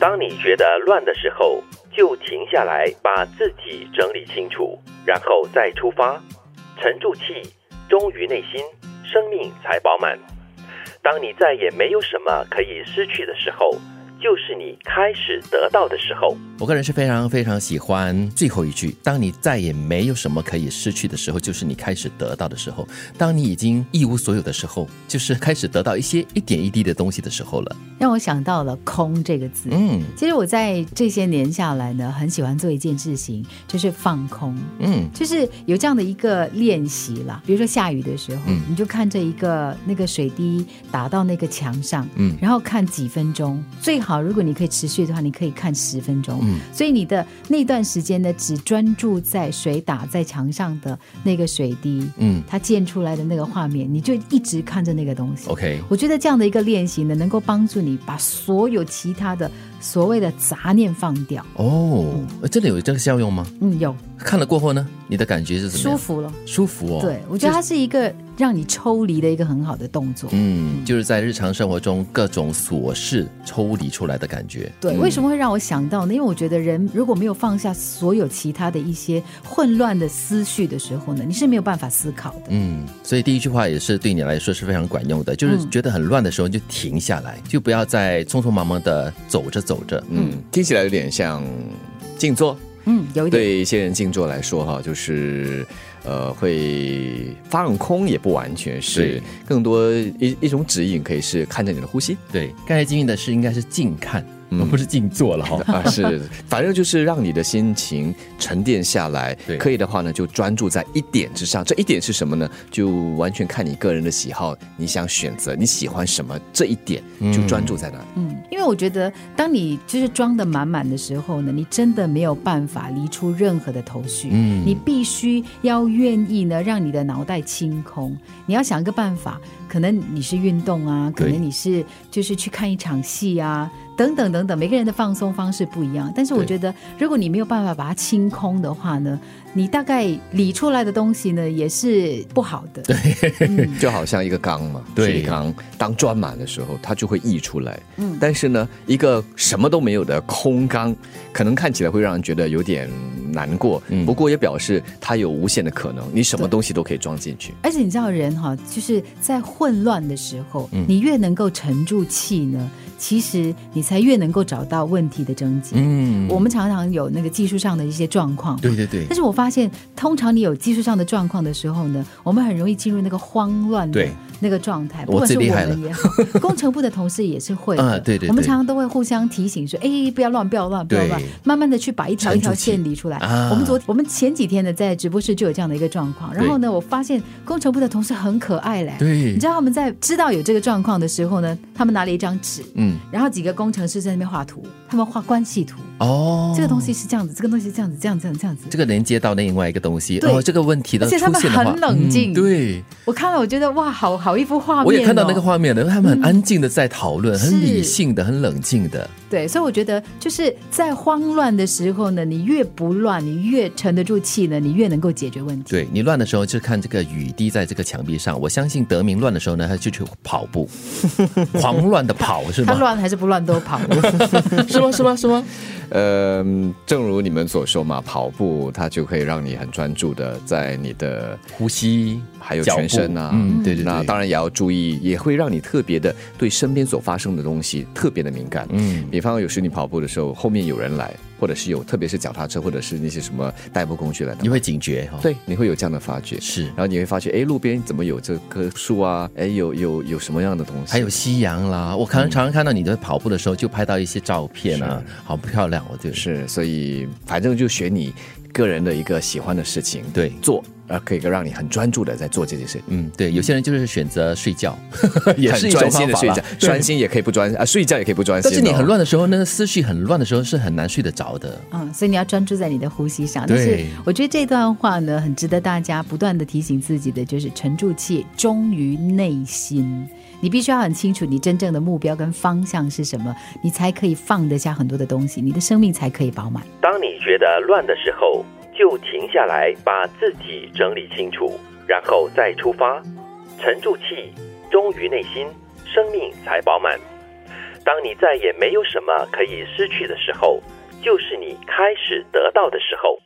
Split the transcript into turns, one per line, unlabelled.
当你觉得乱的时候，就停下来，把自己整理清楚，然后再出发。沉住气，忠于内心，生命才饱满。当你再也没有什么可以失去的时候，就是你开始得到的时候。
我个人是非常非常喜欢最后一句：当你再也没有什么可以失去的时候，就是你开始得到的时候；当你已经一无所有的时候，就是开始得到一些一点一滴的东西的时候了。
让我想到了“空”这个字。
嗯
其实我在这些年下来呢，很喜欢做一件事情，就是放空，
嗯
就是有这样的一个练习啦。比如说下雨的时候，
嗯
你就看着一个那个水滴打到那个墙上，
嗯
然后看几分钟，最好如果你可以持续的话，你可以看十分钟。
嗯
所以你的那段时间呢，只专注在水打在墙上的那个水滴，
嗯
它溅出来的那个画面，你就一直看着那个东西。
，OK，
我觉得这样的一个练习呢，能够帮助你把所有其他的所谓的杂念放掉。
哦，真的有这个效用吗？
嗯，有
看了过后呢，你的感觉是怎么
舒
样？
服了。
舒服哦。
对，我觉
就
得它是一个让你抽离的一个很好的动作。
嗯，就是在日常生活中各种琐事抽离出来的感觉。嗯
对，为什么会让我想到呢？因为我觉得人如果没有放下所有其他的一些混乱的思绪的时候呢，你是没有办法思考的。
嗯，所以第一句话也是对你来说是非常管用的，
嗯
就是觉得很乱的时候你就停下来，就不要再匆匆忙忙的走着走着。嗯
嗯，听起来有点像静坐。
嗯，有一点。
对一些人静坐来说，哈，就是呃，会放空，也不完全是
对，
更多一一种指引，可以是看着你的呼吸
对，刚才经历的是应该是静看，
嗯
不是静坐了 哈。
啊，是，反正就是让你的心情沉淀下来
对。
可以的话呢，就专注在一点之上。这一点是什么呢？就完全看你个人的喜好，你想选择你喜欢什么这一点，就专注在那里。
嗯，因为我觉得，当你就是装的满满的时候呢，你真的没有办法离出任何的头绪。
嗯
你必须要愿意呢，让你的脑袋清空。你要想一个办法，可能你是运动啊，可
对
能你是就是去看一场戏啊，等等等等。每个人的放松方式不一样，但是我
对
觉得，如果你没有办法把它清空的话呢，你大概理出来的东西呢，也是不好的。嗯对，
就好像一个缸嘛，
对
水缸当装满的时候，它就会溢出来。
嗯
但是呢，一个什么都没有的空缸，可能看起来会让人觉得有点难过，
嗯
不过也表示它有无限的可能，你什么
对
东西都可以装进去。
而且你知道人哈、就是在混乱的时候，
嗯
你越能够沉住气呢，其实你才越能够找到问题的症结。
嗯，
我们常常有那个技术上的一些状况，
对对对
但是我发现，通常你有技术上的状况的时候呢，我们很容易进入那个慌乱的
对
那个状态。不
我
管
最
是我
厉害了
们也好，工程部的同事也是会 的。
啊对对
我们
对
常常都会互相提醒说：“哎，不要乱，不要乱，不要乱
对。”
慢慢的去把一条
沉
一
住
条
气
线理出来。
啊
我们昨我们前几天呢，在直播室就有这样的一个状况。然后呢，我发现工程部的同事很可爱嘞。
对
你知道他们在知道有这个状况的时候呢，他们拿了一张纸，
嗯
然后几个工程师在那边画图，他们画关系图。
哦，
这个东西是这样子，这个东西是这样子，这样子这样子这样子。
这个连接到另外一个东西，
对
哦，这个问题的
而
出
且他们
现的话，
很冷静
嗯对，
我看了，我觉得哇，好好一幅画面、哦。嗯
我也看到那个，画面了，他们很安静的在讨论，
是
很理性的，很冷静的，
对，所以我觉得就是在慌乱的时候呢，你越不乱，你越沉得住气呢，你越能够解决问题。
对你乱的时候就看这个雨滴在这个墙壁上，我相信德明乱的时候呢，他就去跑步， 狂乱的跑是
他
吗？
乱还是不乱都跑，
是吗？是吗？是吗？
呃，正如你们所说嘛，跑步它就可以让你很专注的在你的
呼吸
还有
脚步
全身啊
嗯，对对
那
对，
当然也要注意，也会让你特别的对身边所发生的东西特别的敏感。
嗯
比方有时你跑步的时候，后面有人来，或者是有，特别是脚踏车，或者是那些什么代步工具来的，
你会警觉哈、哦，
对，你会有这样的发觉。
是
然，后你会发觉，哎，路边怎么有这棵树啊？哎，有有有什么样的东西？
还有夕阳啦，我
嗯
常常常看到你在跑步的时候就拍到一些照片啊，好漂亮，我觉得
是，所以反正就选你个人的一个喜欢的事情，
对
做，而可以让你很专注的在做这件事。
嗯，对，有些人就是选择睡觉，
嗯
也是
很
一种
专
方
心的
法
睡
啦
觉，
对
专心也可以不专啊，睡觉也可以不专心、
但是你很。乱的时候，那个思绪很乱的时候是很难睡得着的。
嗯，所以你要专注在你的呼吸上。
对
但是我觉得这段话呢，很值得大家不断的提醒自己的，就是沉住气，忠于内心。你必须要很清楚你真正的目标跟方向是什么，你才可以放得下很多的东西，你的生命才可以饱满。
当你觉得乱的时候，就停下来，把自己整理清楚，然后再出发。沉住气，忠于内心，生命才饱满。当你再也没有什么可以失去的时候，就是你开始得到的时候。